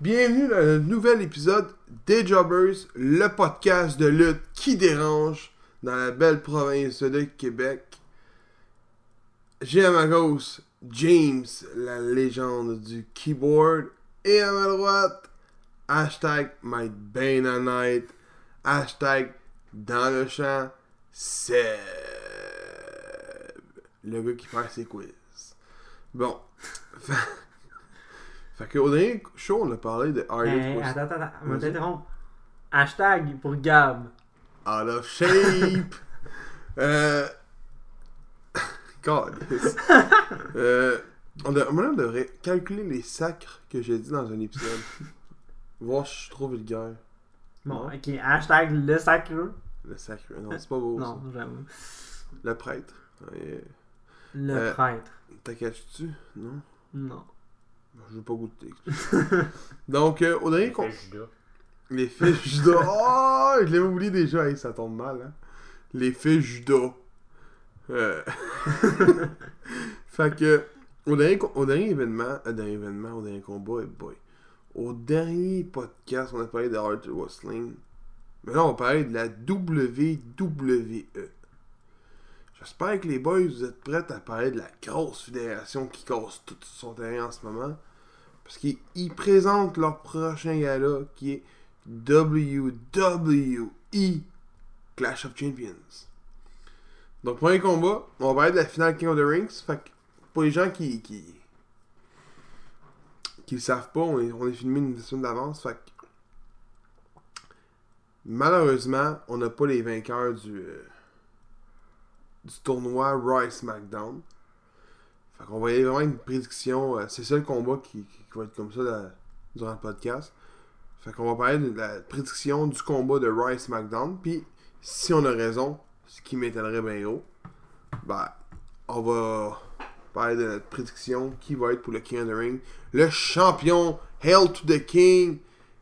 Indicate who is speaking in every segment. Speaker 1: Bienvenue dans un nouvel épisode des Jobbers, le podcast de lutte qui dérange dans la belle province de Québec. J'ai à ma gauche James, la légende du keyboard, et à ma droite, hashtag MyBainonite, hashtag dans le champ, Seb. Le gars qui perd ses quiz. Bon. Fait que au dernier show, on a parlé de Harley
Speaker 2: Hey,
Speaker 1: Quinn.
Speaker 2: Euh, Ben, attends, attends, attends, on va
Speaker 1: Vas-y.
Speaker 2: t'interrompre. Hashtag pour Gab.
Speaker 1: Out of shape. euh... God. euh, on, de- maintenant, on devrait calculer les sacres que j'ai dit dans un épisode. Voir si je suis trop vulgaire.
Speaker 2: Bon,
Speaker 1: Ouais.
Speaker 2: ok, hashtag le sacreux.
Speaker 1: Le sacre. Non, c'est pas beau.
Speaker 2: Non, j'avoue.
Speaker 1: ça. Le prêtre. Ouais.
Speaker 2: Le
Speaker 1: Euh.
Speaker 2: prêtre.
Speaker 1: T'accaches-tu? Non.
Speaker 2: Non.
Speaker 1: Bah, Je veux pas goûter. Donc, euh, au dernier
Speaker 3: Fait
Speaker 1: con-
Speaker 3: Judas.
Speaker 1: Les faits Judas. Oh, je l'avais oublié déjà. Hey, ça tombe mal. Hein? Les faits Judas. Euh... fait que, au dernier, co- au dernier événement, euh, dernier événement, au dernier combat, eh boy. Au dernier podcast, on a parlé de Art Wrestling. Mais là, on parlait de la WWE. J'espère que les boys, vous êtes prêts à parler de la grosse fédération qui cause tout sur son terrain en ce moment. Parce qu'ils ils présentent leur prochain gala qui est WWE Clash of Champions. Donc, premier combat, on va parler de la finale King of the Rings. Fait que pour les gens qui. qui, qui le savent pas, on est, on est filmé une semaine d'avance. Fait que. Malheureusement, on n'a pas les vainqueurs du. euh, du tournoi Rice SmackDown. Fait qu'on va y aller vraiment une prédiction. euh, c'est ça le combat qui, qui- qui va être comme ça là, durant le podcast. Fait qu'on va parler de la prédiction du combat de Rice McDonald. Puis, si on a raison, ce qui m'étonnerait bien gros, ben, on va parler de notre prédiction qui va être pour le King of the Ring. Le champion, Hail to the King.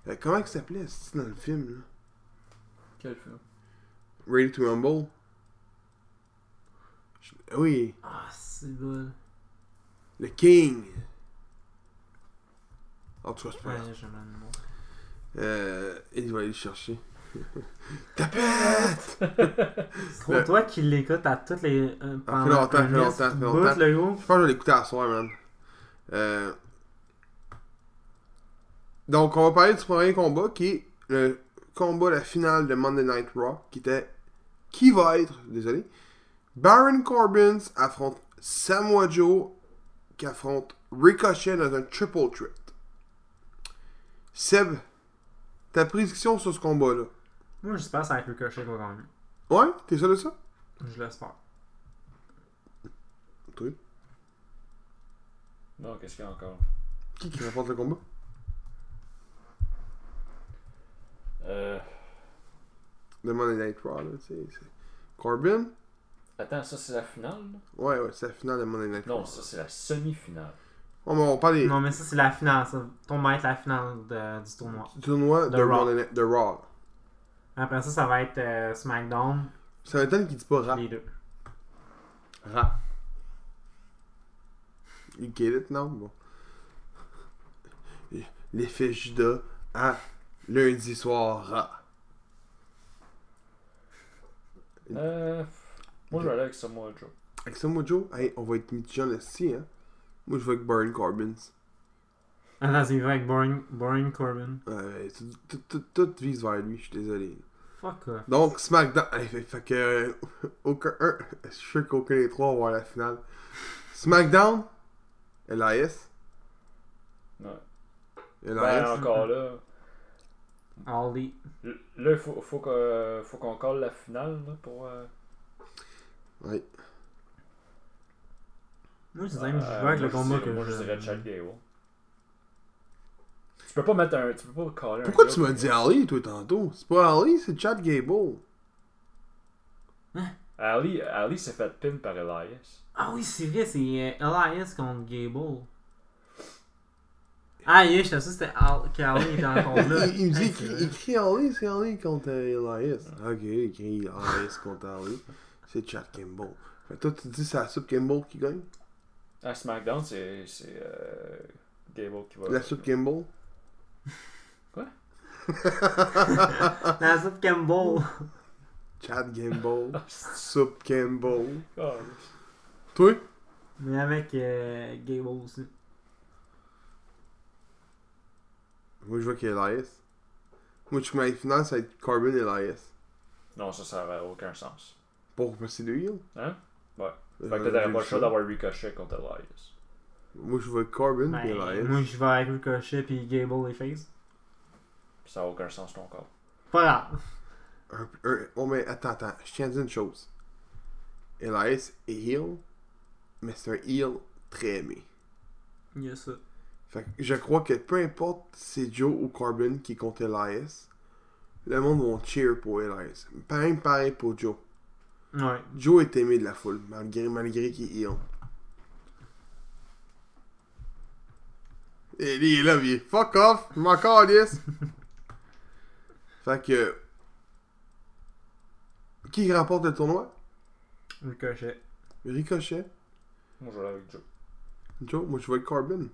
Speaker 1: Euh, comment il s'appelait c'est dans le film là?
Speaker 4: Quel film?
Speaker 1: Ready to Rumble Je- Oui,
Speaker 2: Ah, c'est bon.
Speaker 1: le King. En tout cas, c'est pas grave.
Speaker 2: Ouais, je m'en demande.
Speaker 1: Euh, il va aller le chercher. Tapette!
Speaker 2: Trop
Speaker 1: Le-
Speaker 2: toi qui l'écoutes à toutes les. euh,
Speaker 1: Ah, fait longtemps,
Speaker 2: un
Speaker 1: fait longtemps,
Speaker 2: petit
Speaker 1: fait
Speaker 2: bout,
Speaker 1: longtemps.
Speaker 2: le
Speaker 1: Je
Speaker 2: gros.
Speaker 1: pense que je vais l'écouter à soir, man. Euh, Donc, on va parler du premier combat qui est le combat, la finale de Monday Night Raw qui était. Qui va être, désolé, Baron Corbin affronte Samoa Joe qui affronte Ricochet dans un triple threat. Seb, ta prédiction sur ce combat-là.
Speaker 2: Moi, j'espère que ça va être Ricochet qui va gagner.
Speaker 1: Ouais, t'es sûr de ça?
Speaker 2: Je l'espère.
Speaker 1: Toi.
Speaker 3: Non, qu'est-ce qu'il y a encore
Speaker 1: Qui qui remporte le combat?
Speaker 3: euh,
Speaker 1: de Monday Night Raw, là, tu sais. c'est- Corbin?
Speaker 3: Attends, ça c'est la finale là?
Speaker 1: Ouais, ouais, c'est la finale de Monday Night Raw.
Speaker 3: Non, ça c'est la semi-finale.
Speaker 1: Oh, mais on parle des
Speaker 2: Non, mais ça, c'est la finale. Ça. Ton maître, la finale de- du tournoi.
Speaker 1: tournois
Speaker 2: de
Speaker 1: de,
Speaker 2: Raw.
Speaker 1: Monday Night- de Raw.
Speaker 2: Après ça, ça va être euh, SmackDown,
Speaker 1: C'est un thème qui dit pas rap.
Speaker 2: les deux.
Speaker 1: Rap. You get it, non? Bon. L'effet Judas à lundi soir rap.
Speaker 3: Euh, moi je vais aller avec Samoa Joe.
Speaker 1: Avec ça, Mojo, hey, on va être mitigé en esti, hein? Moi, je vais avec Baron Corbin.
Speaker 2: Attends, c'est vrai avec Boring, Boring Corbin.
Speaker 1: Euh, tout, tout, tout, tout vise vers lui, je suis désolé.
Speaker 2: Fuck off.
Speaker 1: Donc, SmackDown. Hey, fait, fait que. euh, Aucun. un- je suis sûr qu'aucun des trois va voir la finale. SmackDown. Elias.
Speaker 3: Ouais.
Speaker 1: Elias.
Speaker 3: Ben,
Speaker 1: hein?
Speaker 3: encore là.
Speaker 2: Aldi.
Speaker 3: L- Là, il faut, faut qu'on faut qu'on colle la finale là, pour. euh,
Speaker 1: Ouais.
Speaker 2: Moi, je disais, je
Speaker 3: euh,
Speaker 2: joue avec le
Speaker 3: moi, je
Speaker 2: combat
Speaker 3: dirais-
Speaker 2: que
Speaker 3: Moi
Speaker 2: je.
Speaker 3: je dirais Chuck Gable. Tu peux pas mettre un. Tu peux pas coller un.
Speaker 1: Pourquoi
Speaker 3: gars
Speaker 1: tu m'as
Speaker 3: pour-
Speaker 1: dit Ali, toi, tantôt C'est pas Ali, c'est Chad Gable.
Speaker 3: Ali, Ali s'est fait pin par Elias.
Speaker 2: Ah oui, c'est vrai, c'est euh, Elias contre Gable. Ah, yeah, je pensais que c'était Al... qu'Ali était encore
Speaker 1: Il,
Speaker 2: Ben là.
Speaker 1: il me dit,
Speaker 2: Hey,
Speaker 1: il
Speaker 2: c'est
Speaker 1: crie-
Speaker 2: vrai.
Speaker 1: il crie Ali, c'est Ali contre euh, Elias. Ok, il crie Elias contre Ali. C'est Chad Gable. Fait que toi, tu dis c'est la soupe Gable qui gagne
Speaker 3: À SmackDown, c'est. c'est, euh, Gable qui va.
Speaker 1: La soupe Gable
Speaker 2: La soupe Campbell.
Speaker 1: Chad Gamble. Soup Gamble.
Speaker 3: Ah,
Speaker 1: Toi?
Speaker 2: Mais avec euh, Gable aussi.
Speaker 1: Moi, je vois qu'il y a Elias. Moi, je suis finale, ça va être Corbin et Elias.
Speaker 3: Non, ça, ça n'avait aucun sens.
Speaker 1: Pour passer de heal.
Speaker 3: Hein? Ouais.
Speaker 1: Euh,
Speaker 3: Fait que t'avais pas le
Speaker 1: j'ai ça.
Speaker 3: choix d'avoir Ricochet contre Elias.
Speaker 1: Moi, je vois Corbin et
Speaker 2: Ben,
Speaker 1: Elias.
Speaker 2: moi, je vais avec Ricochet puis Gable et Face.
Speaker 3: Puis ça n'a aucun sens ton corps.
Speaker 2: Pas grave.
Speaker 1: Un- un- oh, mais attends, attends. Je tiens à dire une chose. Elias est heal, mais c'est un heal très aimé.
Speaker 2: Il y a ça.
Speaker 1: Fait que je crois que peu importe si c'est Joe ou Corbin qui compte Elias, le monde va cheer pour Elias. Pareil, pareil pour Joe.
Speaker 2: Ouais.
Speaker 1: Joe est aimé de la foule, malgré, malgré qu'il est ill. Et lui, il est là, il est fuck off, je m'en calisse. fait que. Qui remporte le tournoi
Speaker 2: Ricochet.
Speaker 1: Ricochet
Speaker 3: Moi, je vais aller avec Joe.
Speaker 1: Joe Moi, je vois Corbin.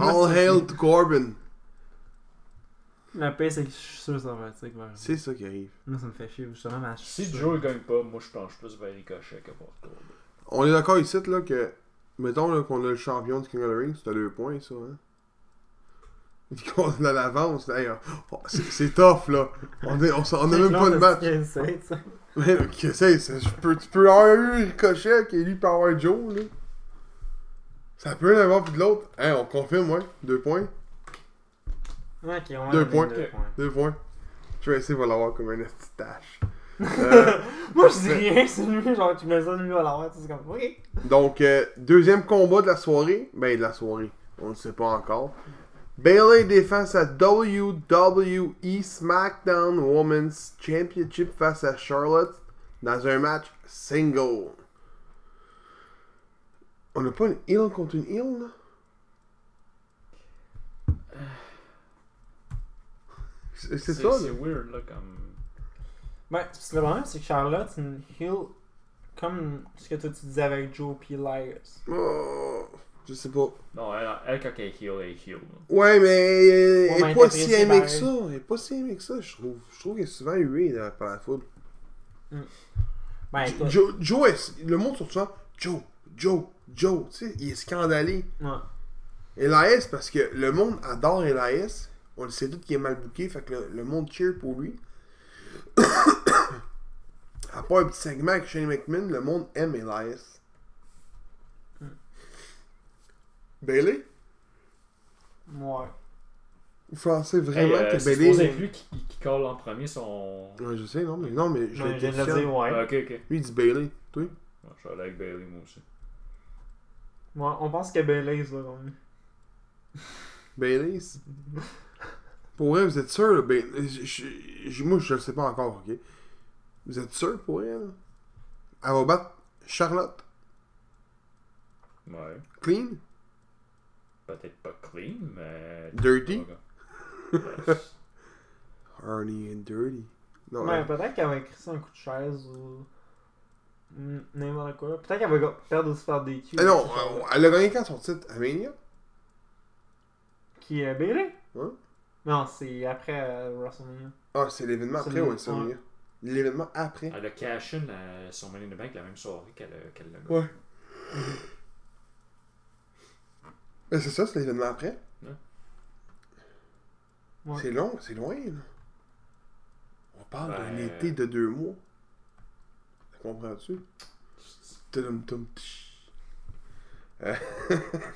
Speaker 1: All hail to Corbin.
Speaker 2: La paix, c'est que je suis sûr que ça va être ça qui va arriver.
Speaker 1: C'est ça qui arrive.
Speaker 2: Moi, ça me fait chier, justement. Mais je suis
Speaker 3: Si
Speaker 2: sûr.
Speaker 3: Joe ne gagne pas, moi, je penche plus vers Ricochet que pour toi.
Speaker 1: On est d'accord ici, là, que. Mettons là, qu'on a le champion du King of the Ring, c'est à deux points, ça, hein. Puis qu'on a l'avance, d'ailleurs. Oh, c'est- c'est tough, là. On, est, on, s'en- on a même pas de match.
Speaker 2: match.
Speaker 1: Mais que c'est, c'est- je peux, tu peux avoir eu Ricochet qui est lui par avoir Joe, là. Ça peut en avoir plus de l'autre. Hein, on confirme, ouais. Deux points.
Speaker 2: Ok, on
Speaker 1: Deux
Speaker 2: va
Speaker 1: points.
Speaker 2: Deux points.
Speaker 1: Deux points. Tracy va l'avoir comme un petit tâche.
Speaker 2: Moi, je dis rien, c'est lui. Genre, tu me donnes lui à l'envers, tu sais, c'est comme, ok.
Speaker 1: Donc, euh, deuxième combat de la soirée. Ben, de la soirée. On ne sait pas encore. Bailey défend sa WWE SmackDown Women's Championship face à Charlotte dans un match single. On n'a pas une heel contre une heel, là? C'est c'est ça,
Speaker 3: C'est
Speaker 1: là?
Speaker 3: weird, là, comme.
Speaker 2: Ouais, parce que le problème, c'est que Charlotte, c'est une heel comme ce que toi tu disais avec Joe P. Liars.
Speaker 1: Oh, je sais pas.
Speaker 3: Non, elle, elle quand elle est heal, elle est heal. là.
Speaker 1: Ouais, mais elle
Speaker 2: Ouais,
Speaker 1: elle est
Speaker 2: mais
Speaker 1: pas si
Speaker 2: interprétée
Speaker 1: aimée que
Speaker 2: pareil.
Speaker 1: ça. Elle est pas si aimée que ça, je trouve. Je trouve qu'elle est souvent huée là, par la foule. Jo-
Speaker 2: Ben, écoute.
Speaker 1: Joe, Joe est- le monde sur souvent Joe, Joe, Joe. Tu sais, il est scandalé.
Speaker 2: Ouais.
Speaker 1: Elias, parce que le monde adore Elias. On le sait tout qu'il est mal bouqué, fait que le, le monde cheer pour lui. à part un petit segment avec Shane McMahon, le monde aime Elias. Bailey?
Speaker 2: Ouais.
Speaker 1: Vous pensez
Speaker 3: Hey,
Speaker 1: vraiment
Speaker 3: euh,
Speaker 1: que
Speaker 3: c'est
Speaker 1: Bailey.
Speaker 3: supposé être lui qui, qui colle en premier son.
Speaker 1: Ouais, je sais, non, mais non, mais je
Speaker 2: ben, Je
Speaker 1: l'ai
Speaker 2: viens de
Speaker 1: dit.
Speaker 2: le dire, ouais.
Speaker 3: Ah, ok, ok.
Speaker 1: Lui, il dit Bailey. Toi?
Speaker 3: Ouais, je vais aller avec Bailey, moi aussi.
Speaker 2: Ouais, on pense que Bailey, ça, quand même.
Speaker 1: Bailey? c'est- Pour vrai, vous êtes sûr, là, Bailey? je- je- je- Moi, je le sais pas encore, ok? Vous êtes sûr pour elle? Elle va battre Charlotte?
Speaker 3: Ouais.
Speaker 1: Clean?
Speaker 3: Peut-être pas clean, mais.
Speaker 1: Dirty?
Speaker 3: Yes.
Speaker 1: Hardy and Dirty. Non,
Speaker 2: Ouais,
Speaker 1: elle-
Speaker 2: Ben, peut-être qu'elle va écrire ça un coup de chaise ou. Mm, N'importe quoi. Peut-être qu'elle va perdre aussi par des culs.
Speaker 1: Ah non, elle- elle a gagné quand son titre? À Mania?
Speaker 2: Qui est Bailey
Speaker 1: Ouais.
Speaker 2: Non, c'est après euh, WrestleMania.
Speaker 1: Ah, c'est l'événement
Speaker 2: C'est
Speaker 1: après,
Speaker 2: le-
Speaker 1: ouais, c'est
Speaker 2: ouais.
Speaker 1: Mania. L'événement après.
Speaker 3: Elle a cash in la- son Money in the Bank la même soirée qu'elle a- qu'elle l'a
Speaker 1: Ouais. Ben, c'est ça, c'est l'événement après.
Speaker 3: Ouais.
Speaker 2: Ouais.
Speaker 1: C'est long, c'est loin, là. On parle d'un
Speaker 3: Ben-
Speaker 1: été de deux mois. Comprends-tu? Tudum tum tch. Euh,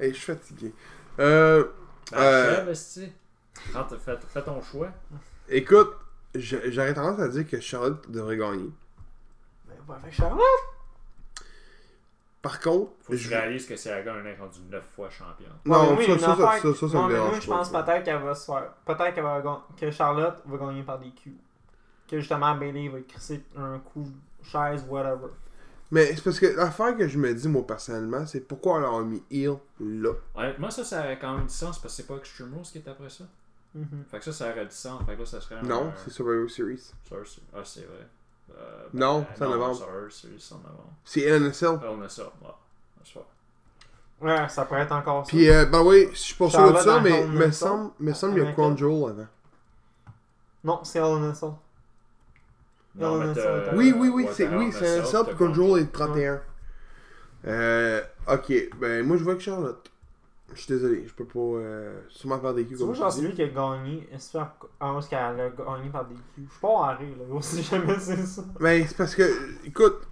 Speaker 1: hey, je suis fatigué. Euh,
Speaker 3: Ben,
Speaker 1: Euh.
Speaker 3: chèvre, esti. Prends ta- Fais, fais ton choix.
Speaker 1: écoute, je- j'aurais tendance à dire que Charlotte devrait gagner. Ben,
Speaker 2: Mais pas avec Charlotte.
Speaker 1: Par contre,
Speaker 3: Faut que
Speaker 1: je-
Speaker 3: tu réalises que si elle gagne, elle est rendue 9 fois championne.
Speaker 1: non,
Speaker 2: mais oui,
Speaker 1: ça,
Speaker 2: une
Speaker 1: ça, ça,
Speaker 2: affaire-
Speaker 1: ça, ça, ça
Speaker 2: non,
Speaker 1: me
Speaker 2: mais
Speaker 1: dérange
Speaker 2: moi, je pense
Speaker 1: pas.
Speaker 2: peut-être qu'elle va se faire. Peut-être qu'elle va gon- que Charlotte va gagner par des culs. Que justement, Bailey va crisser un coup de chaise, whatever.
Speaker 1: Mais c'est parce que l'affaire que je me dis, moi, personnellement, c'est pourquoi elle a mis Hill là.
Speaker 3: Honnêtement, ça, ça aurait quand même du sens parce que c'est pas Extreme Rules qui est après ça.
Speaker 2: Mhm.
Speaker 3: Fait que ça, ça aurait du sens. Fait que là, ça serait un.
Speaker 1: Non, c'est Survivor Series.
Speaker 3: Sorry, c'est- Ah, c'est vrai. Euh,
Speaker 1: Non,
Speaker 3: euh,
Speaker 1: c'est en novembre.
Speaker 3: Sorry, c'est c'est en novembre.
Speaker 1: C'est NSL.
Speaker 3: Ah, on a Ah, ça. Ouais, on se voit.
Speaker 2: Ouais, ça pourrait être encore ça.
Speaker 1: Puis, euh, ben oui, je suis pas sûr de
Speaker 2: Charlotte
Speaker 1: ça,
Speaker 2: dans
Speaker 1: mais
Speaker 2: Hell in a
Speaker 1: me
Speaker 2: Cell.
Speaker 1: semble, me semble qu'il y a
Speaker 2: Avec
Speaker 1: Crown Jewel avant.
Speaker 2: Non, c'est Hell in a Cell.
Speaker 3: Non,
Speaker 2: Non,
Speaker 3: mais
Speaker 2: mais
Speaker 3: t'as-
Speaker 2: Euh,
Speaker 1: oui, oui, oui,
Speaker 3: ouais,
Speaker 1: c'est
Speaker 3: t'as
Speaker 1: oui,
Speaker 3: Hell in a
Speaker 1: c'est un
Speaker 3: Cell,
Speaker 1: sub
Speaker 3: t'as
Speaker 1: Control est 31. Euh, ok, ben moi je vois que Charlotte. Je suis désolé, je peux pas euh, sûrement faire des culs
Speaker 2: Tu
Speaker 1: comme
Speaker 2: vois, genre,
Speaker 1: tu
Speaker 2: c'est
Speaker 1: dis.
Speaker 2: lui qui a gagné. Est-ce ah, qu'elle a gagné par des Q? Je suis pas en rire, là, gros, si jamais c'est ça.
Speaker 1: Mais Ben, c'est parce que, écoute,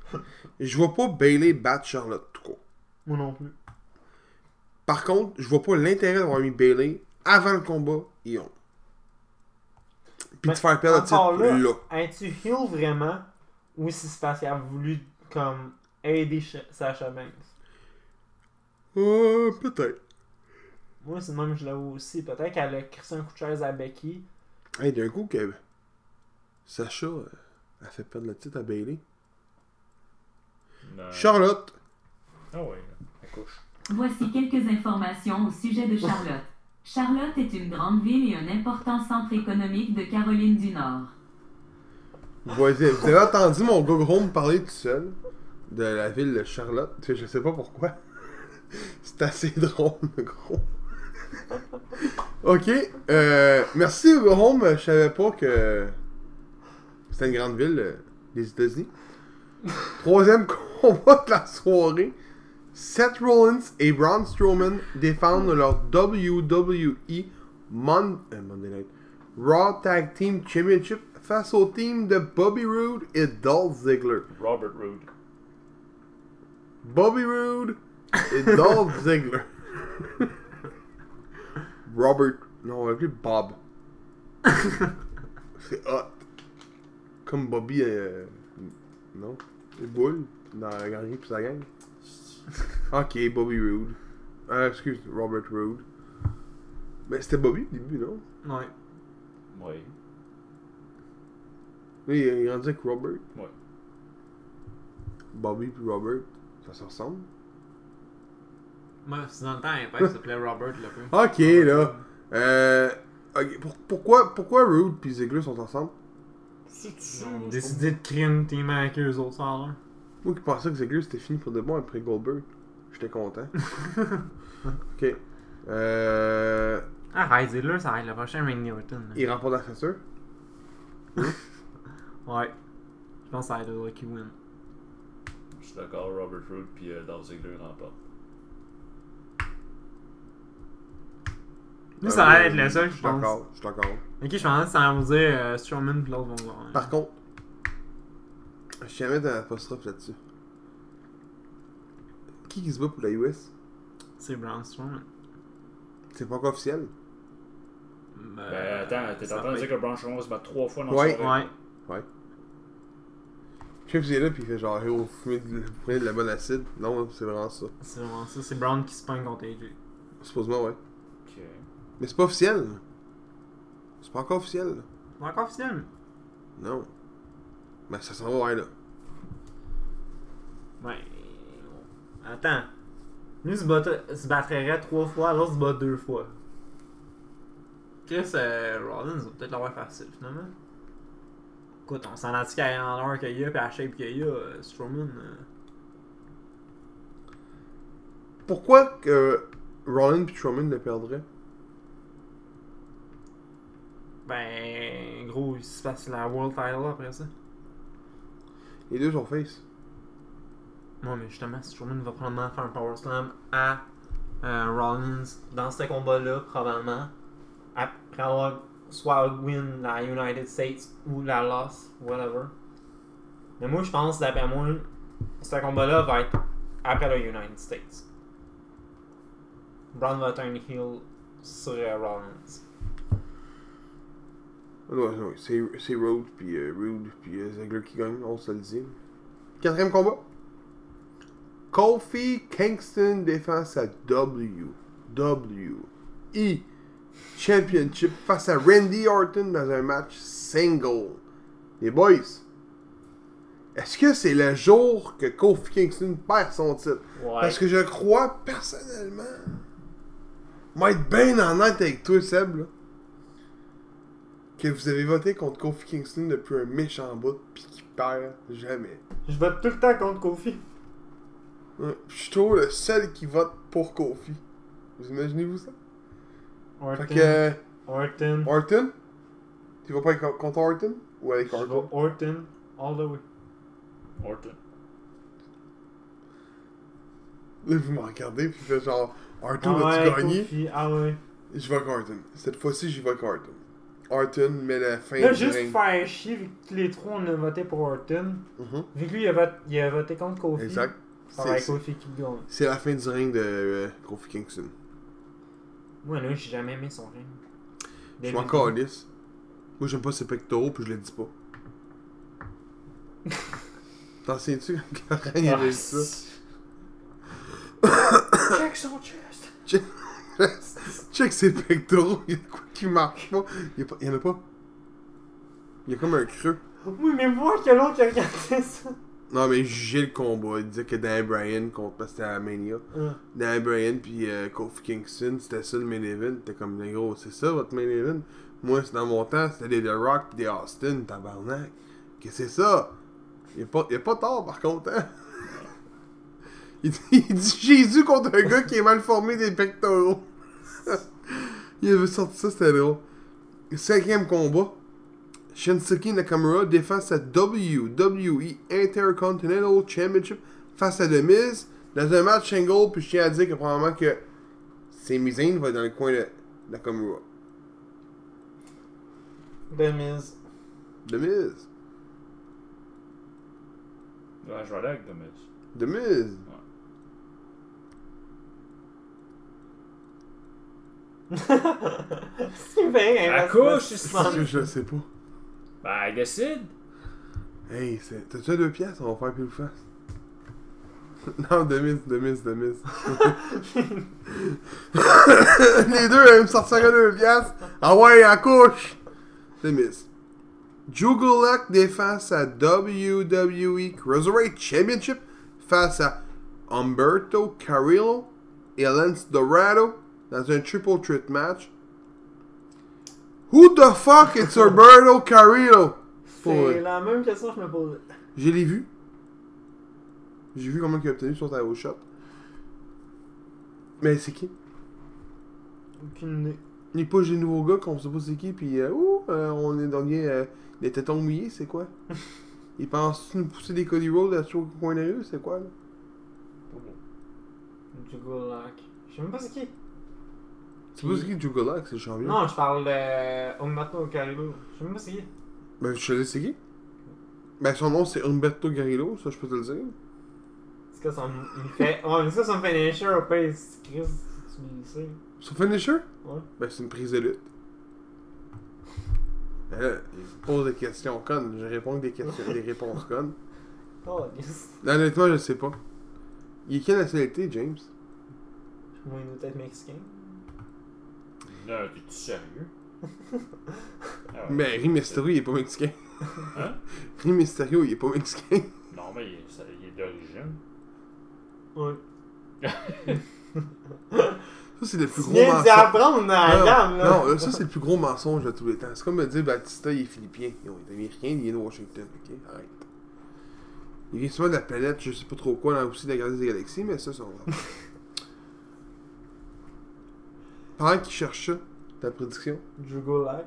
Speaker 1: je vois pas Bailey battre Charlotte tout court.
Speaker 2: Moi non plus.
Speaker 1: Par contre, je vois pas l'intérêt d'avoir mis Bailey avant le combat et on. Puis
Speaker 2: Ben,
Speaker 1: de faire perdre le
Speaker 2: encore
Speaker 1: titre là.
Speaker 2: là. Es-tu heal vraiment? Ou si c'est parce qu'elle a voulu, comme, aider Ch- Sasha Banks?
Speaker 1: Euh, peut-être.
Speaker 2: Moi, c'est le même, je l'avoue aussi. Peut-être qu'elle a crissé un coup de chaise à Becky.
Speaker 1: Hey, d'un coup que Sacha euh, a fait perdre le titre à Bailey.
Speaker 3: Non.
Speaker 1: Charlotte,
Speaker 3: Ah oui, la couche.
Speaker 5: Voici quelques informations au sujet de Charlotte. Charlotte est une grande ville et un important centre économique de Caroline du Nord.
Speaker 1: vous avez, vous avez entendu mon gars me parler tout seul de la ville de Charlotte. Tu sais, Je sais pas pourquoi. C'est assez drôle, le gros. ok, euh, merci Rome, je savais pas que c'était une grande ville euh, des États-Unis. Troisième combat de la soirée. Seth Rollins et Braun Strowman défendent leur WWE E Mon- euh, Monday Night Raw Tag Team Championship face au team de Bobby Roode et Dolph Ziggler.
Speaker 3: Robert Roode.
Speaker 1: Bobby Roode et Dolph Ziggler. Robert. Non, on va l'appeler Bob. C'est hot. Comme Bobby. euh, Non. Les boules dans la galerie pis sa gang. Ok, Bobby Roode. Ah, excuse, Robert Roode. Mais c'était Bobby au début, non?
Speaker 2: Ouais.
Speaker 3: Oui.
Speaker 1: Oui, il grandit avec Robert.
Speaker 3: Ouais.
Speaker 1: Bobby puis Robert, ça se ressemble.
Speaker 4: Moi, c'est dans le temps, Impact s'appelait Robert le
Speaker 2: Ah,
Speaker 4: peu.
Speaker 1: Ok, là. Euh, ok, pour- pourquoi, pourquoi Rude puis Ziggler sont ensemble?
Speaker 2: Ils
Speaker 4: Ils
Speaker 2: ont
Speaker 4: ont
Speaker 2: décidé de créer une team avec eux autres, ça, là.
Speaker 1: Moi qui pensais que Ziggler c'était fini pour de bon après Goldberg. J'étais content. ok. Euh,
Speaker 2: Arrête, Ah, dis-le, ça arrête le prochain Randy Orton. hein.
Speaker 1: il remporte la ceinture.
Speaker 2: Ouais. Je pense que ça va être le qui win.
Speaker 3: Je suis d'accord, Robert Roode puis euh, Dolph Ziggler remporte.
Speaker 2: Lui,
Speaker 1: Euh,
Speaker 2: ça va être le seul,
Speaker 1: Je
Speaker 2: je
Speaker 1: suis
Speaker 2: pense.
Speaker 1: d'accord, je suis d'accord.
Speaker 2: Ok, je pensais que ça allait vous dire euh, Strowman pis l'autre vont voir. hein.
Speaker 1: Par contre, je tiens à mettre un apostrophe là-dessus. Qui qui se bat pour la US?
Speaker 2: C'est Braun Strowman.
Speaker 1: C'est pas encore officiel.
Speaker 4: Ben,
Speaker 3: Ben attends, t'es
Speaker 4: ça
Speaker 3: en train de
Speaker 4: fait-
Speaker 3: dire que Braun Strowman se bat trois fois dans
Speaker 1: Ouais.
Speaker 3: le
Speaker 2: Ouais.
Speaker 1: Je sais que vous êtes là, puis il fait genre, oh, vous fumez de, vous prenez de la bonne acide. Non, c'est vraiment ça.
Speaker 2: C'est vraiment ça. C'est Brown qui se pogne contre AJ.
Speaker 1: Supposément, ouais.
Speaker 3: Ok.
Speaker 1: Mais c'est pas officiel. là. C'est pas encore officiel. là.
Speaker 2: C'est encore officiel.
Speaker 1: Non. Mais ça s'en va, ouais, là.
Speaker 2: Ben. Attends. Lui se, batta- se battrait trois fois, l'autre se bat deux fois.
Speaker 4: Chris euh, Rollins va peut-être l'avoir facile finalement.
Speaker 2: Écoute, on s'en a dit qu'à l'heure qu'il y a, pis à la shape qu'il y a, euh, Strowman. euh,
Speaker 1: Pourquoi que Rollins et Strowman le perdraient
Speaker 2: ben. Gros, il se passe la World Title après ça.
Speaker 1: Les deux sont face.
Speaker 2: Non, mais justement, Strowman va probablement faire un Power Slam à euh, Rollins dans ce combat-là, probablement. Après avoir soit win la United States ou la loss, whatever. Mais moi, je pense, d'après moi, ce combat-là va être après la United States. Braun va turn heel sur euh, Rollins.
Speaker 1: Ah Non, non, c'est c'est Rhodes, puis euh, Rude, puis euh, Ziggler qui gagne, on se le dit. Quatrième combat. Kofi Kingston défend sa WWE Championship face à Randy Orton dans un match single. Les boys, est-ce que c'est le jour que Kofi Kingston perd son titre?
Speaker 3: Ouais.
Speaker 1: Parce que je crois personnellement, moi être bien honnête avec toi, Seb, là, que vous avez voté contre Kofi Kingston depuis un méchant bout, puis qu'il perd jamais.
Speaker 2: Je vote tout le temps contre Kofi.
Speaker 1: Ouais, puis Je suis toujours le seul qui vote pour Kofi. Vous imaginez-vous ça?
Speaker 2: Orton.
Speaker 1: Fait que. euh,
Speaker 2: Orton.
Speaker 1: Orton? Tu vas pas avec- contre Orton? Ou avec
Speaker 2: Je vais
Speaker 1: Orton?
Speaker 2: Orton all the way.
Speaker 3: Orton.
Speaker 1: Là, vous me regardez, puis je fais genre. Orton,
Speaker 2: ah
Speaker 1: as-tu
Speaker 2: ouais,
Speaker 1: gagné?
Speaker 2: Kofi, ah ouais.
Speaker 1: Je vais avec Orton. Cette fois-ci, j'y vais avec Orton. Orton met la fin
Speaker 2: Là,
Speaker 1: du
Speaker 2: juste
Speaker 1: ring.
Speaker 2: pour faire chier, vu que tous les trois on a voté pour Orton,
Speaker 1: Mhm.
Speaker 2: vu que lui il a, vote- il a voté contre Kofi,
Speaker 1: Exact.
Speaker 2: ça va
Speaker 1: C'est-
Speaker 2: être
Speaker 1: C'est
Speaker 2: Kofi qui gagne.
Speaker 1: c'est la fin du ring de euh, Kofi Kingston.
Speaker 2: Moi, là, j'ai jamais aimé son ring.
Speaker 1: Je m'en calisse. Moi, j'aime pas ses pectoraux, puis je les dis pas. T'en sais-tu quand
Speaker 3: Ah,
Speaker 1: Karen, il avait dit ça?
Speaker 3: Check son chest.
Speaker 1: Check ses pectoraux, il y a de quoi qui marche pas. Il y, a pas- il y en a pas. Il y a comme un creux.
Speaker 2: Oui, mais moi, que l'autre il regardait ça.
Speaker 1: Non, mais il jugeait le combat. Il disait que Dan Bryan contre, parce que c'était à la Mania.
Speaker 2: Ah.
Speaker 1: Dan Bryan puis euh, Kofi Kingston, c'était ça le main event. T'es comme, les gros, c'est ça votre main event? Moi, c'est dans mon temps, c'était des The Rock pis des Austin, tabarnak. Que c'est ça? Il a pas, il a pas tort, par contre, hein? Il dit, il dit Jésus contre un gars qui est mal formé des pectoraux. il avait sorti ça, c'était drôle. Cinquième combat. Shinsuke Nakamura défend sa WWE Intercontinental Championship face à The Miz dans un match single, puis je tiens à dire que probablement que Sami Zayn va être dans le coin de Nakamura.
Speaker 2: The Miz.
Speaker 1: The Miz.
Speaker 3: Ouais, je vais aller avec The Miz.
Speaker 1: The Miz.
Speaker 2: C'est bien, hein,
Speaker 3: Accouche,
Speaker 2: c'est
Speaker 3: c'est
Speaker 2: pas-
Speaker 1: Je, je le sais pas.
Speaker 3: Ben, elle décide.
Speaker 1: Hey, c'est- t'as-tu deux pièces? On va faire pile ou face. Non, The Miz, The Miz, The Miz. Les deux, ils me sortiraient deux pièces. Ah ouais, à couche! The Miz. Drew Gulak défend sa WWE E Cruiserweight Championship face à Humberto Carrillo et Lance Dorado dans un triple threat match. Who the fuck is Humberto Carrillo? Pour-
Speaker 2: C'est la même question que je me posais.
Speaker 1: je l'ai vu. J'ai vu comment il a obtenu son tarot shot. Mais c'est qui
Speaker 2: Aucune idée.
Speaker 1: Il push des nouveaux gars qu'on sait pas c'est qui, puis euh, ouh, euh, on est dans les, euh, les tétons mouillés, c'est quoi Il pense nous pousser des Cody Rhodes à chaque coin de rue, c'est quoi là?
Speaker 2: Du Gulak. Je sais même pas c'est qui.
Speaker 1: C'est pas c'est qui Drew Gulak, c'est le champion.
Speaker 2: Non, je parle de Umberto Carrillo. Je sais même pas c'est qui.
Speaker 1: Ben je sais c'est qui Ben son nom c'est Umberto Garrillo, ça je peux te le dire.
Speaker 2: Est-ce que ça me il fait. Ouais, mais est-ce que ça me fait un shirt au pays, Chris, tu le sais.
Speaker 1: Son finisher
Speaker 2: Ouais.
Speaker 1: Ben c'est une prise de lutte. Ben là, il pose des questions connes, je réponds avec des, questions, des réponses connes.
Speaker 2: Oh, yes.
Speaker 1: Non, Honnêtement, je sais pas. Il est quelle nationalité, James
Speaker 2: Moi, il doit être mexicain.
Speaker 3: Non, t'es-tu sérieux? Ah ouais.
Speaker 1: Mais Ben, Rey Mysterio, il est pas mexicain.
Speaker 3: Hein?
Speaker 1: Rey Mysterio, il est pas mexicain.
Speaker 3: Non, mais il est, ça- il est d'origine.
Speaker 2: Ouais.
Speaker 1: Ça, c'est le plus
Speaker 2: Tu
Speaker 1: gros
Speaker 2: viens d'y
Speaker 1: mensonge.
Speaker 2: apprendre dans la gamme, là.
Speaker 1: non, euh. non, ça, c'est le plus gros mensonge de tous les temps. C'est comme me dire Batista, il est philippien. Non, il est américain, il est de Washington. Ok, arrête. Il vient souvent de la planète, je sais pas trop quoi, là aussi, de la galaxie des galaxies, mais ça, c'est on Pendant qu'il cherche ça, ta prédiction
Speaker 2: Drew Gulak.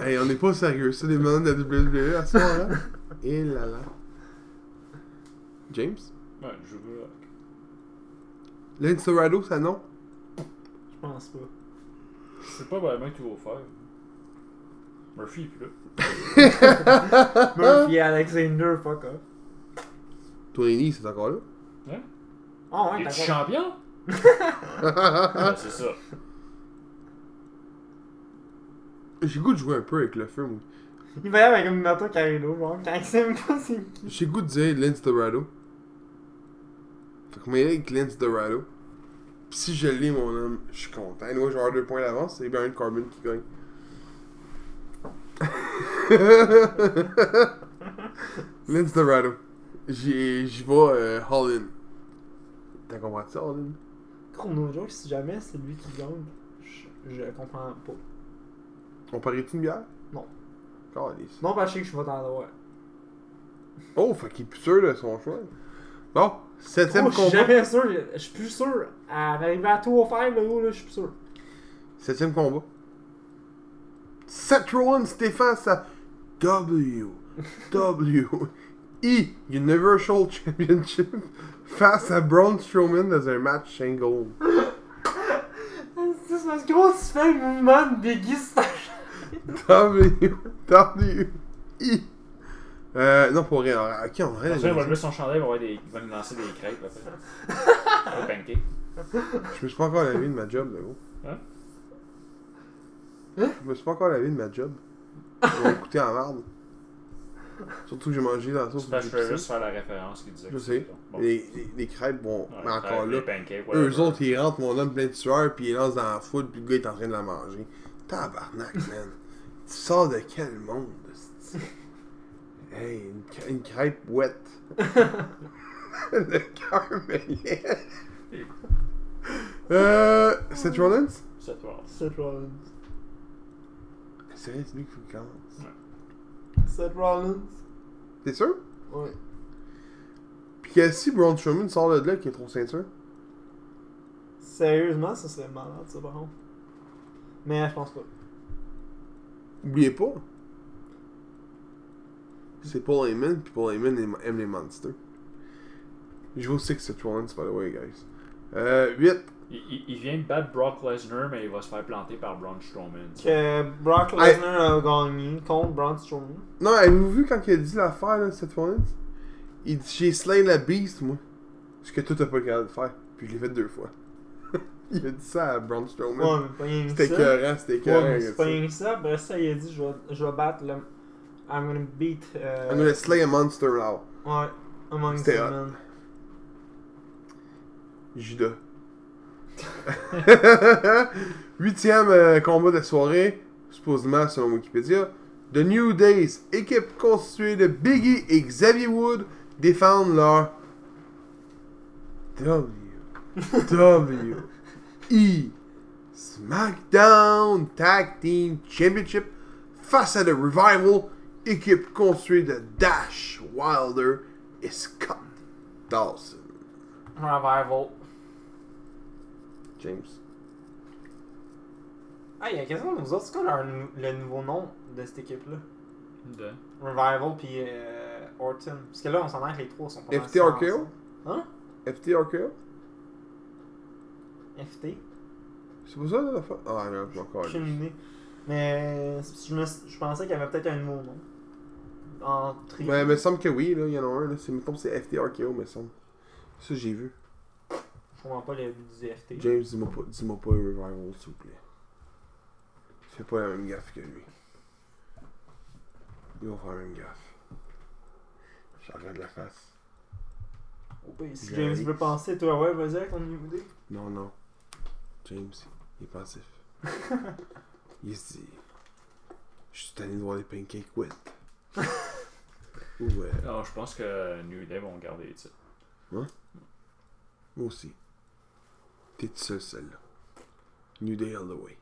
Speaker 1: Hey, on est pas sérieux, ça, les moments de la WWE à ce soir, là. Et là là. James?
Speaker 3: Ouais, je veux.
Speaker 1: Lance Dorado, ça non?
Speaker 2: Je pense pas.
Speaker 3: Je sais pas vraiment que tu vas faire. Murphy est plus là.
Speaker 2: Murphy Alexander, fuck off.
Speaker 1: Tony Lee, c'est encore
Speaker 2: Oh, ouais,
Speaker 3: Il est
Speaker 2: d'accord.
Speaker 3: champion?
Speaker 1: là?
Speaker 3: Ouais, c'est ça.
Speaker 1: J'ai goût de jouer un peu avec le feu, moi.
Speaker 2: Il va y avoir comme Umberto Carrillo, genre, quand il sait même pas c'est qui.
Speaker 1: J'ai goût de dire Lance Dorado. Fait que m'aider avec Lance Dorado. Pis si je l'ai, mon homme, je suis content. Moi, j'ai deux points d'avance, c'est Baron Corbin qui gagne. Lance Dorado. J'y j'y vais euh, Hall In. T'as compris ça, Hall In?
Speaker 2: Chrono Joe, si jamais c'est lui qui gagne, je, je comprends pas.
Speaker 1: On parie-tu une bière?
Speaker 2: Non.
Speaker 1: Calisse.
Speaker 2: Non, parce que je sais que je vais t'en droit.
Speaker 1: Oh, fait qu'il est plus sûr de son choix. Bon, septième
Speaker 2: Oh, je suis
Speaker 1: combat.
Speaker 2: jamais sûr. Je suis plus sûr. À arriver à 3 5 le gros, là, je suis plus sûr.
Speaker 1: Septième combat. Seth Rollins défense à W. W. E. Universal Championship face à Braun Strowman dans un match single.
Speaker 2: C'est parce que gros, tu fais le mouvement de déguisage.
Speaker 1: W. W. E. Euh, non, pour rien. Alors, Ok, on rien.
Speaker 3: Après, il va lever son chandail, il va, avoir des... il va nous lancer des crêpes après. Des pancakes.
Speaker 1: Je me suis pas encore lavé de ma job, là gros.
Speaker 3: Hein?
Speaker 2: Hein?
Speaker 1: Je me suis pas encore lavé de ma job. Ils vont coûter en merde. Surtout que j'ai mangé dans la sauce.
Speaker 3: Je pense que je vais
Speaker 1: du
Speaker 3: juste faire la référence qu'il disait.
Speaker 1: Je
Speaker 3: que
Speaker 1: sais.
Speaker 3: c'était Bon.
Speaker 1: Les, les, les crêpes, bon,
Speaker 3: Ouais,
Speaker 1: mais encore
Speaker 3: les
Speaker 1: là.
Speaker 3: pancakes,
Speaker 1: Eux
Speaker 3: whatever.
Speaker 1: autres, ils rentrent, mon homme plein de sueur, puis ils lancent dans la foule, puis le gars est en train de la manger. Tabarnak, man. tu sors de quel monde, c'ti? Hey, une, cr- une crêpe ouette. le cœur me lève. Euh. Seth Rollins
Speaker 3: Seth Rollins.
Speaker 2: Seth Rollins.
Speaker 1: C'est vrai, c'est lui qui faut le commence.
Speaker 2: Seth Rollins.
Speaker 1: T'es sûr
Speaker 2: Ouais.
Speaker 1: Puis que si Braun Strowman sort de là, qu'il est trop ceinture.
Speaker 2: Sérieusement, ça serait malade, ça, par contre. Mais je pense pas.
Speaker 1: Oubliez pas. C'est Paul Heyman, puis Paul Heyman aime, aime les monsters. Je vous sais que c'est Rollins, by the way, guys. Euh, 8.
Speaker 3: Il, il- il vient de battre Brock Lesnar, mais il va se faire planter par Braun Strowman.
Speaker 2: Que Brock Lesnar a gagné contre Braun Strowman.
Speaker 1: Non, avez-vous vu quand il a dit l'affaire, là, Seth Rollins? Il dit J'ai slay la beast, moi. Ce que toi, t'as pas le capable de faire. Puis je l'ai fait deux fois. il a dit ça à Braun Strowman.
Speaker 2: Ouais, mais pas rien que
Speaker 1: c'était
Speaker 2: ça.
Speaker 1: écœurant, c'était écœurant.
Speaker 2: Ouais, mais
Speaker 1: il a
Speaker 2: c'est
Speaker 1: dit
Speaker 2: pas
Speaker 1: ça.
Speaker 2: rien que ça. Après ça, il a dit je vais, je vais battre le. I'm gonna beat. Euh,
Speaker 1: I'm gonna slay a monster now.
Speaker 2: Ouais, Among the
Speaker 1: C'était hot.
Speaker 2: Men.
Speaker 1: Judas. Huitième euh, combat de soirée, supposément selon Wikipédia. The New Days, équipe constituée de Biggie et Xavier Wood, défendent leur W. W. E. SmackDown Tag Team Championship face à The Revival, équipe constituée de Dash Wilder et Scott Dawson.
Speaker 2: Revival.
Speaker 1: James.
Speaker 2: Ah, il y a question de nous autres. C'est quoi leur nou- le nouveau nom de cette équipe-là
Speaker 3: De-
Speaker 2: Revival puis euh, Orton. Parce que là, on s'entend que les trois sont pas mal
Speaker 1: FTRKO?
Speaker 2: similaires ensemble. Hein
Speaker 1: FTRKO?
Speaker 2: FT
Speaker 1: C'est pas ça la fin? Ah non, je m'en encore.
Speaker 2: J'ai une idée. Mais c'est parce que je, me suis- je pensais qu'il y avait peut-être un nouveau nom. En trio.
Speaker 1: Mais il me semble que oui, là, il y en a un, là. C'est, mettons, c'est FTRKO, me semble. Ça, j'ai vu.
Speaker 2: Je comprends pas le but du FT.
Speaker 1: James, dis-moi pas, dis-moi pas Revival, s'il vous plaît. Fais pas la même gaffe que lui. Ils vont faire la même gaffe. Je regarde la face.
Speaker 2: Oh, ben, si
Speaker 1: J'ai
Speaker 2: James
Speaker 1: un
Speaker 2: veut
Speaker 1: X.
Speaker 2: penser, toi, ouais, vas-y avec ton nouveau idée.
Speaker 1: Non, non. James, il est pensif. il se dit. Je suis tanné de voir les pancakes wet. Ou, euh,
Speaker 3: Non, je pense que New Day vont garder les titres.
Speaker 1: Moi aussi. T'es tout seul, celle-là. New Day all the way.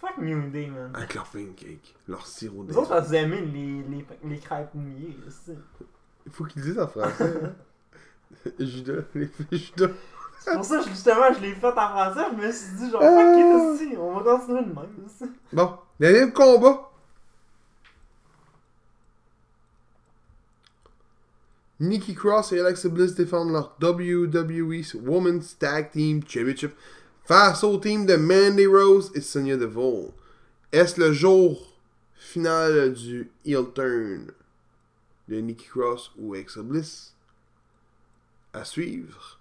Speaker 2: Fuck New Day, man.
Speaker 1: Avec leur pancake, leur sirop
Speaker 2: Vous
Speaker 1: d'érable.
Speaker 2: autres, parce que vous aimez les, les, les crêpes mouillées, là, c'est-
Speaker 1: Il bah, faut qu'ils disent en français, hein. Judas, les filles Judas.
Speaker 2: C'est pour ça que justement, je l'ai fait en français, je me suis dit, genre,
Speaker 1: Ah.
Speaker 2: fuck it, aussi, on va continuer de même, aussi.
Speaker 1: Bon, dernier combat. Nikki Cross et Alexa Bliss défendent leur WWE Women's Tag Team Championship face au team de Mandy Rose et Sonya Deville. Est-ce le jour final du heel turn de Nikki Cross ou Alexa Bliss? À suivre.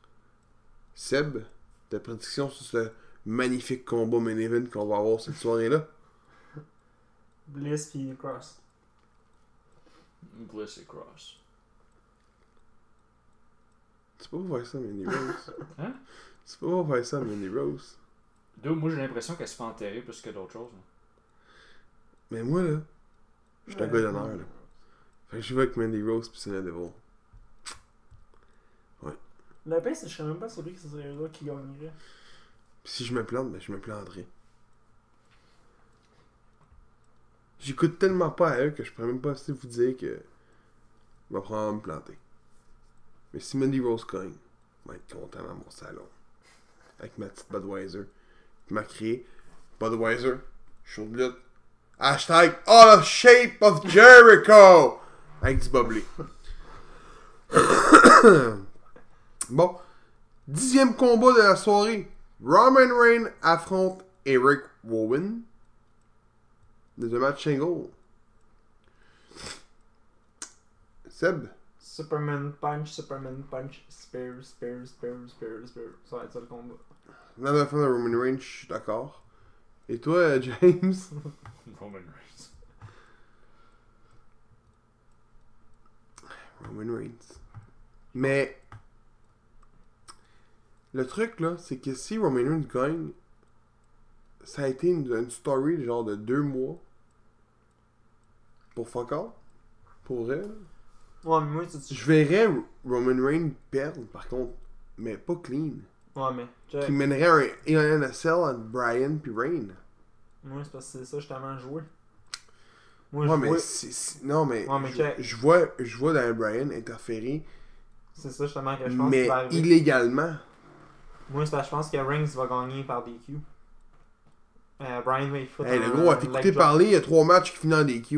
Speaker 1: Seb, ta prédiction sur ce magnifique combat main event qu'on va avoir cette soirée-là.
Speaker 2: Bliss pis Cross.
Speaker 3: Bliss et Cross.
Speaker 1: Tu peux pas faire ça, Mandy Rose.
Speaker 3: Hein?
Speaker 1: Tu peux pas faire ça, Mandy Rose.
Speaker 3: D'où, moi, j'ai l'impression qu'elle se fait enterrer plus que d'autres choses. hein.
Speaker 1: Mais moi, là, je suis un
Speaker 2: Ouais.
Speaker 1: gars d'honneur, là. Fait que je vais avec Mandy Rose pis Sonya Devil.
Speaker 2: Le pire, c'est que je serais même pas surpris que ce serait eux autres qui gagneraient.
Speaker 1: Pis si je me plante, ben je me planterai. J'écoute tellement pas à eux que je pourrais même pas assez vous dire que Il va probablement me planter. Mais si Mandy Rose cogne, je vais être content dans mon salon. Avec ma petite Budweiser. Qui m'a créé Budweiser, show de lutte. Hashtag All of Shape of Jericho! Avec du boblé. bon. Dixième combat de la soirée. Roman Reigns affronte Eric Rowan. Dans un match single. Seb,
Speaker 2: Superman punch, Superman punch, spear, spear, spear, spear, spear. Ça va être ça le combat.
Speaker 1: dans la fin de Roman Reigns, je suis d'accord. Et toi, euh, James
Speaker 3: Roman Reigns.
Speaker 1: Roman Reigns. Mais le truc là, c'est que si Roman Reigns gagne, ça a été une, une story de genre de deux mois pour fuck all, pour elle.
Speaker 2: Ouais, mais moi, tu tu-
Speaker 1: Je verrais Roman Reigns perdre par contre, mais pas clean.
Speaker 2: Ouais, mais check.
Speaker 1: Qui mènerait un Hell in a Cell entre Brian puis Reign.
Speaker 2: Moi, c'est parce que c'est ça, justement, jouer. Moi,
Speaker 1: Ouais,
Speaker 2: je
Speaker 1: mais
Speaker 2: vois-
Speaker 1: c'est- c'est- non mais,
Speaker 2: Ouais, mais
Speaker 1: je-
Speaker 2: check.
Speaker 1: je, vois je vois Daniel Bryan interférer,
Speaker 2: C'est ça, justement, que je pense qu'il
Speaker 1: mais
Speaker 2: va arriver.
Speaker 1: illégalement.
Speaker 2: Moi, c'est parce que je pense que Reigns va gagner par DQ. Euh, Brian va y foutre.
Speaker 1: Hey, le
Speaker 2: un-
Speaker 1: gros, à
Speaker 2: un
Speaker 1: t'écouter
Speaker 2: leg drop.
Speaker 1: parler, il y a trois matchs qui finissent en DQ.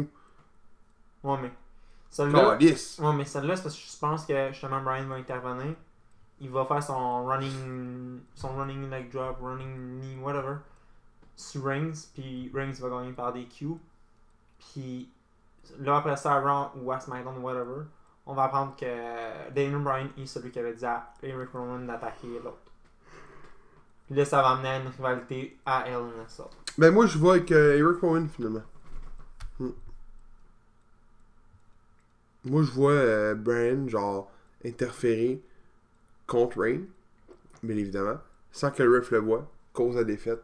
Speaker 2: Ouais, mais. Celle-là.
Speaker 1: Calice.
Speaker 2: Ouais, mais celle-là, c'est parce que je pense que justement Brian va intervenir. Il va faire son running. son running leg drop, running knee, whatever. Sur Reigns, puis Reigns va gagner par DQ. Puis là, après ça, à Raw ou à SmackDown, whatever, on va apprendre que Daniel Bryan est celui qui avait dit à Eric Rowan d'attaquer l'autre. Puis là, ça va amener à une rivalité à Hell in a Cell.
Speaker 1: Ben moi je vois avec euh, Eric Rowan finalement. Hmm. Moi je vois euh, Brian genre interférer contre Rain, bien évidemment, sans que le ref le voit, cause la défaite.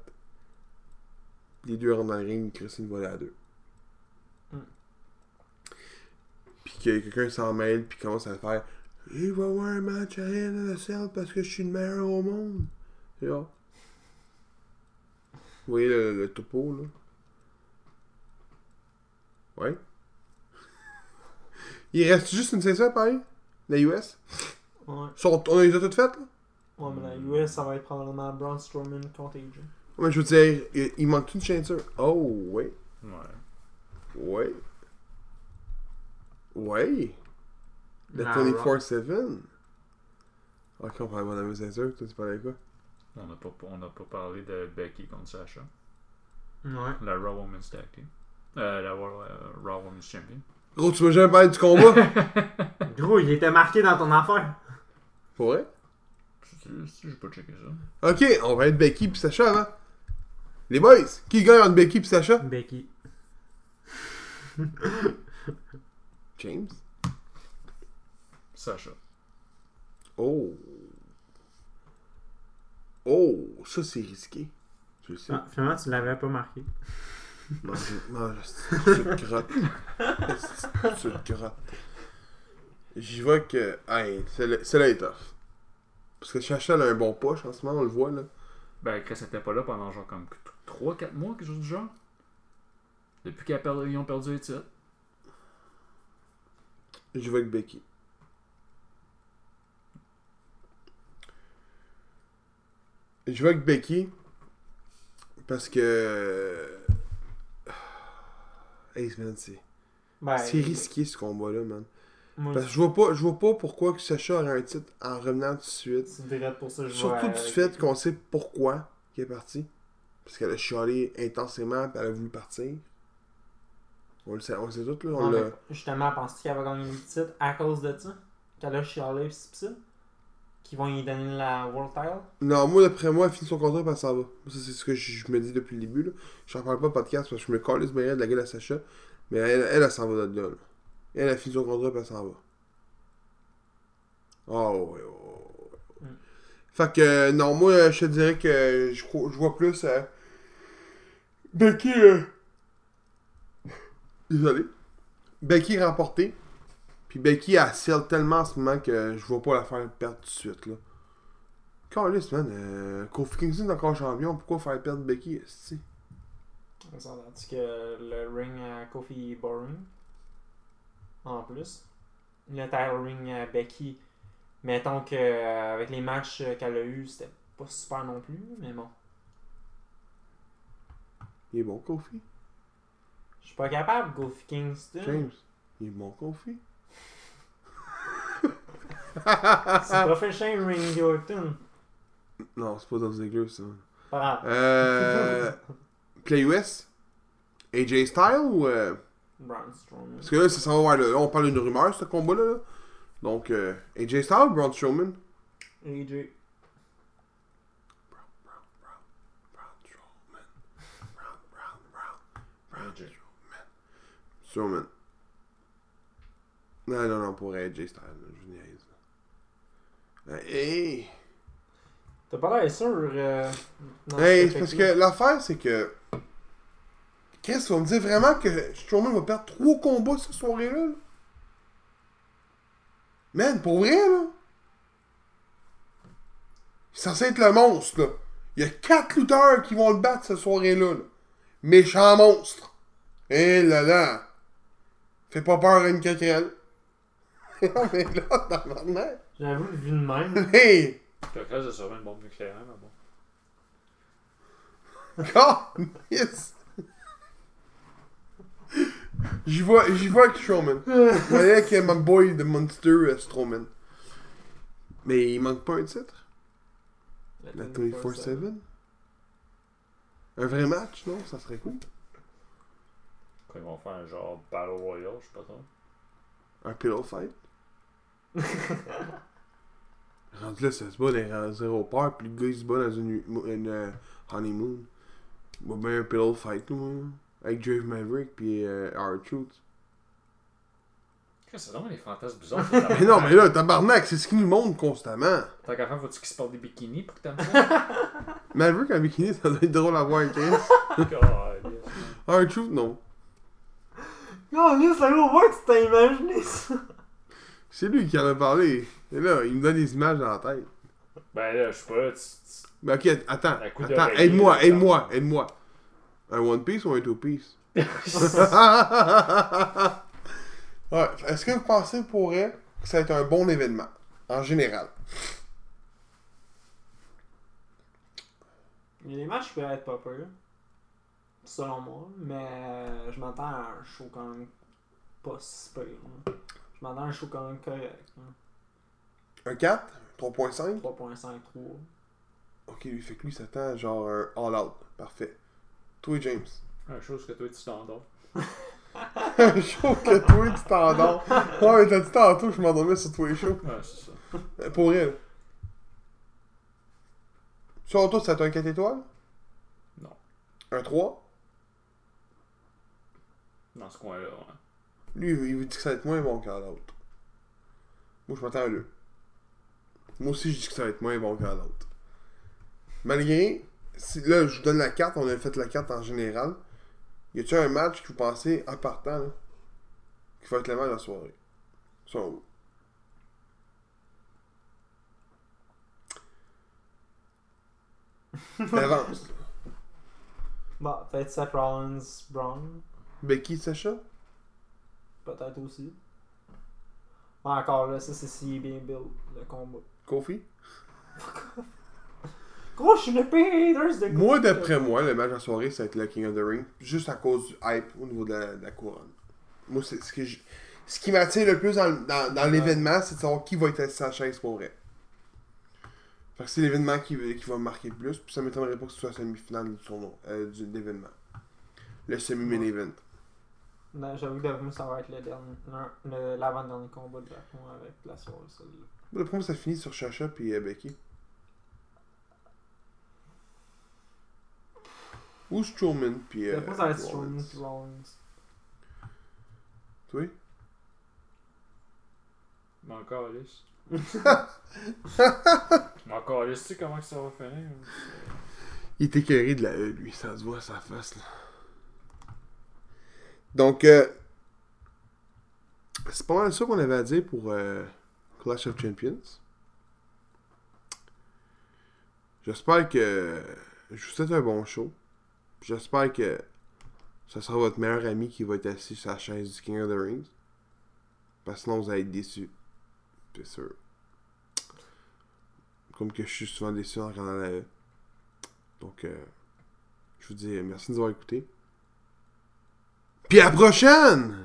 Speaker 1: Les deux rentrent dans le ring, Christine volée à deux.
Speaker 2: Hmm.
Speaker 1: Puis que quelqu'un s'en mêle puis commence à faire Il va y avoir un match à Hell in a Cell parce que je suis le meilleur au monde. C'est genre, vous voyez le, le topo, là? Ouais. Il reste juste une saison à Paris? La US?
Speaker 2: Ouais.
Speaker 1: Sont- on les a toutes faites, là?
Speaker 2: ouais, mais la US, ça va être probablement Braun Strowman contre AJ.
Speaker 1: Mais je veux dire, il, il manque une ceinture. Oh, ouais.
Speaker 3: Ouais.
Speaker 1: Ouais. Ouais. Le
Speaker 2: Ah,
Speaker 4: La
Speaker 1: 24-7. Ok, on parle de la même ceinture. Toi, tu parlais de quoi?
Speaker 3: On n'a pas, on n'a pas parlé de Becky contre Sasha.
Speaker 4: Ouais.
Speaker 3: La Raw Women's Tag Team. Euh, la Raw, euh, Raw Women's Champion.
Speaker 1: Gros, tu m'as jamais parlé du combat?
Speaker 2: Gros, il était marqué dans ton affaire.
Speaker 1: Pour vrai?
Speaker 3: Si- si, J'ai pas checké ça.
Speaker 1: Ok, on va être Becky pis Sacha avant. Les boys, qui gagne entre Becky pis Sacha?
Speaker 2: Becky.
Speaker 1: James.
Speaker 3: Sasha.
Speaker 1: Oh. Oh, ça c'est risqué. Je sais.
Speaker 2: Ah, finalement, tu l'avais pas marqué.
Speaker 1: Non, je- non, je- tu te grottes. Tu te grottes. J'y vois que. Hey, celle- celle-là est tough. Parce que Chacha a un bon poche en ce moment, on le voit là.
Speaker 3: Ben, Chris n'était pas là pendant genre comme 3-4 mois, quelque chose du genre. Depuis qu'ils a perdu- ils ont perdu les titres.
Speaker 1: J'y vois avec Becky. J'y vois avec Becky. Parce que. Ace, man, c'est.
Speaker 2: Ben,
Speaker 1: C'est risqué ce combat-là, man.
Speaker 2: Moi,
Speaker 1: Parce que je vois pas, je vois pas pourquoi que Sacha aurait un titre en revenant tout de suite.
Speaker 2: c'est direct pour ça que je
Speaker 1: Surtout
Speaker 2: vois,
Speaker 1: du
Speaker 2: euh,
Speaker 1: fait qu'on sait pourquoi qu'elle est partie. Parce qu'elle a chialé intensément puis elle a voulu partir. On le sait, on le sait tout, là. On
Speaker 2: Non,
Speaker 1: l'a-
Speaker 2: mais Justement, penses-tu qu'elle va gagner le titre à cause de ça Qu'elle a chialé pis pis ça Qu'ils vont lui donner la World Title
Speaker 1: Non, moi, d'après moi, elle finit son contrat et elle s'en va. Ça, c'est ce que je, je me dis depuis le début, là. J'en parle pas au podcast parce que je me calisse bien de la gueule à Sacha. Mais elle, elle, elle s'en va de là, là. Elle, elle finit son contrat et elle s'en va. Oh, ouais, ouais, ouais.
Speaker 2: Mm.
Speaker 1: Fait que, euh, non, moi, euh, je te dirais que je, crois- je vois plus. euh, Becky. euh, Désolé. Becky remportée. Puis Becky, elle scelle tellement en ce moment que je vois pas la faire perdre tout de suite, là. Carlis, man, euh, Kofi Kingston est encore champion, pourquoi faire perdre Becky, esti?
Speaker 2: On s'entend-tu que le ring à Kofi est boring En plus le tiring à Becky. Mettons que euh, avec les matchs euh, qu'elle a eu, c'était pas super non plus, mais bon.
Speaker 1: Il est bon, Kofi.
Speaker 2: Je suis pas capable, Goofy Kingston.
Speaker 1: James, il est bon, Kofi.
Speaker 2: C'est pas fait shame, Randy Orton. ah,
Speaker 1: Non, c'est pas dans une église, ça.
Speaker 2: Pas grave.
Speaker 1: Euh. Play US AJ Style ou. euh,
Speaker 2: Braun Strowman.
Speaker 1: Parce que là, ça s'en va vers le- là, on parle d'une rumeur, ce combat-là. là. Donc, euh, AJ Styles ou Braun Strowman
Speaker 2: AJ.
Speaker 1: Strowman. Non, non, non, pour AJ Styles, là, je vous niaise. là. Euh, hey!
Speaker 2: T'as pas l'air sûr. Euh, dans
Speaker 1: Hey,
Speaker 2: ce
Speaker 1: c'est parce
Speaker 2: fait-là.
Speaker 1: que l'affaire, c'est que. Chris, tu vas me dire vraiment que Strowman va perdre trois combats cette soirée-là? là? Man, pour vrai, là? Il est censé être le monstre, là. Il y a quatre lutteurs qui vont le battre cette soirée-là. là. Méchant monstre. Hé là là. Fais pas peur à une coquerelle. non, mais là, tabarnak.
Speaker 2: J'avoue, vu de même.
Speaker 1: Hey!
Speaker 3: Coquerelle, c'est sûrement une bombe nucléaire, mais bon.
Speaker 1: God, yes! J'y vois, j'y vois avec Strowman. Je voyais avec euh, mon boy de Monster euh, Strowman. Mais il manque pas un titre. La 24-7. Un vrai match, non? Ça serait cool.
Speaker 3: Quand ils vont faire un genre Battle Royale, je sais pas trop.
Speaker 1: Un pillow fight. Rendu là, ça se bat dans zéro peur, puis le gars il se bat dans une, une euh, honeymoon. Bah ben un pillow fight, moi. Avec Dave Maverick, puis euh, R-Truth.
Speaker 3: Qu'est-ce que C'est vraiment des fantasmes bizarres.
Speaker 1: Mais non, mais là, tabarnak, c'est ce qu'il nous montre constamment.
Speaker 3: Tant qu'à faire, faut-tu qu'ils se portent des bikinis pour que t'aimes ça?
Speaker 1: Maverick en bikini, ça doit être drôle à voir, Chris. Ah,
Speaker 3: God, yes.
Speaker 1: Un truth, non.
Speaker 2: Non, là, ça va voir que tu t'as imaginé ça.
Speaker 1: C'est lui qui en a parlé. Et là, il me donne des images dans la tête.
Speaker 3: Ben là, je sais pas, tu-
Speaker 1: Mais ok, att- attends,
Speaker 3: Un coup
Speaker 1: attends,
Speaker 3: d'oreiller,
Speaker 1: aide-moi,
Speaker 3: là,
Speaker 1: aide-moi, aide-moi. Un One Piece ou un Two Piece? ouais, est-ce que vous pensez pour elle que ça va être un bon événement, en général?
Speaker 2: Il y a des matchs qui peuvent être pas peurs, selon moi, mais euh, je m'attends à un show quand même pas si pire. là. Je m'attends à un show quand même correct. hein. là.
Speaker 1: Un 4? 3.5?
Speaker 2: 3.53.
Speaker 1: Ok, lui, fait que lui, il s'attend à genre un all-out. Parfait. Toi, James.
Speaker 3: Un chose que toi, tu t'endors.
Speaker 1: un show que toi, tu t'endors. Ouais, mais t'as dit tantôt que je m'endormais sur tous les shows.
Speaker 3: Ouais, c'est ça.
Speaker 1: Euh, Pour elle. Sur toi, ça t'a un 4 étoiles?
Speaker 3: Non.
Speaker 1: Un 3?
Speaker 3: Dans ce coin-là, ouais.
Speaker 1: Lui, il vous dit que ça va être moins bon qu'un l'autre. Moi, je m'attends à lui. Moi aussi, je dis que ça va être moins bon qu'un l'autre. Malgré, si, là, je vous donne la carte, on a fait la carte en général. Y a-t-il un match que vous pensez, en partant, là, qui va être le match de la soirée Selon vous. D'avance.
Speaker 2: Bon, peut-être Seth Rollins, Brown,
Speaker 1: Becky, Sacha
Speaker 2: peut-être aussi. Ouais, encore là, ça c'est si il est bien build, le combat.
Speaker 1: Kofi
Speaker 2: Gros, je suis le Peters de
Speaker 1: Moi, d'après moi, le match à soirée, ça va être le King of the Ring, juste à cause du hype au niveau de la, de la couronne. Moi, c'est ce que je- Ce qui m'attire le plus dans, dans- dans l'événement, c'est de savoir qui va être assis à la chaise pour vrai. Fait que c'est l'événement qui, qui va me marquer le plus, puis ça m'étonnerait pas que ce soit la semi-finale du tournoi, euh, du- de l'événement. Le semi-main event.
Speaker 2: Non, j'avoue que d'après moi, ça va être le dernier, l'un- le- l'avant-dernier combat de Japon avec la soirée, celle-là.
Speaker 1: Le premier, ça finit sur Chacha puis euh, Becky. Ou Strowman puis. euh,
Speaker 2: D'après moi, ça va être
Speaker 1: Rollins.
Speaker 2: Strowman puis Rollins.
Speaker 1: Toi?
Speaker 3: Mais encore, Alice. Mais encore, Alice, tu sais comment que ça va finir? hein?
Speaker 1: Il est écœuré de la E, lui, ça se voit à sa face, là. Donc, euh, c'est pas mal ça qu'on avait à dire pour euh, Clash of Champions. J'espère que je vous souhaite un bon show. Puis J'espère que ce sera votre meilleur ami qui va être assis sur la chaise du King of the Rings. Parce que sinon, vous allez être déçus. C'est sûr. Comme que je suis souvent déçu en regardant la E. Donc, euh, je vous dis merci de nous avoir écoutés. Puis à la prochaine!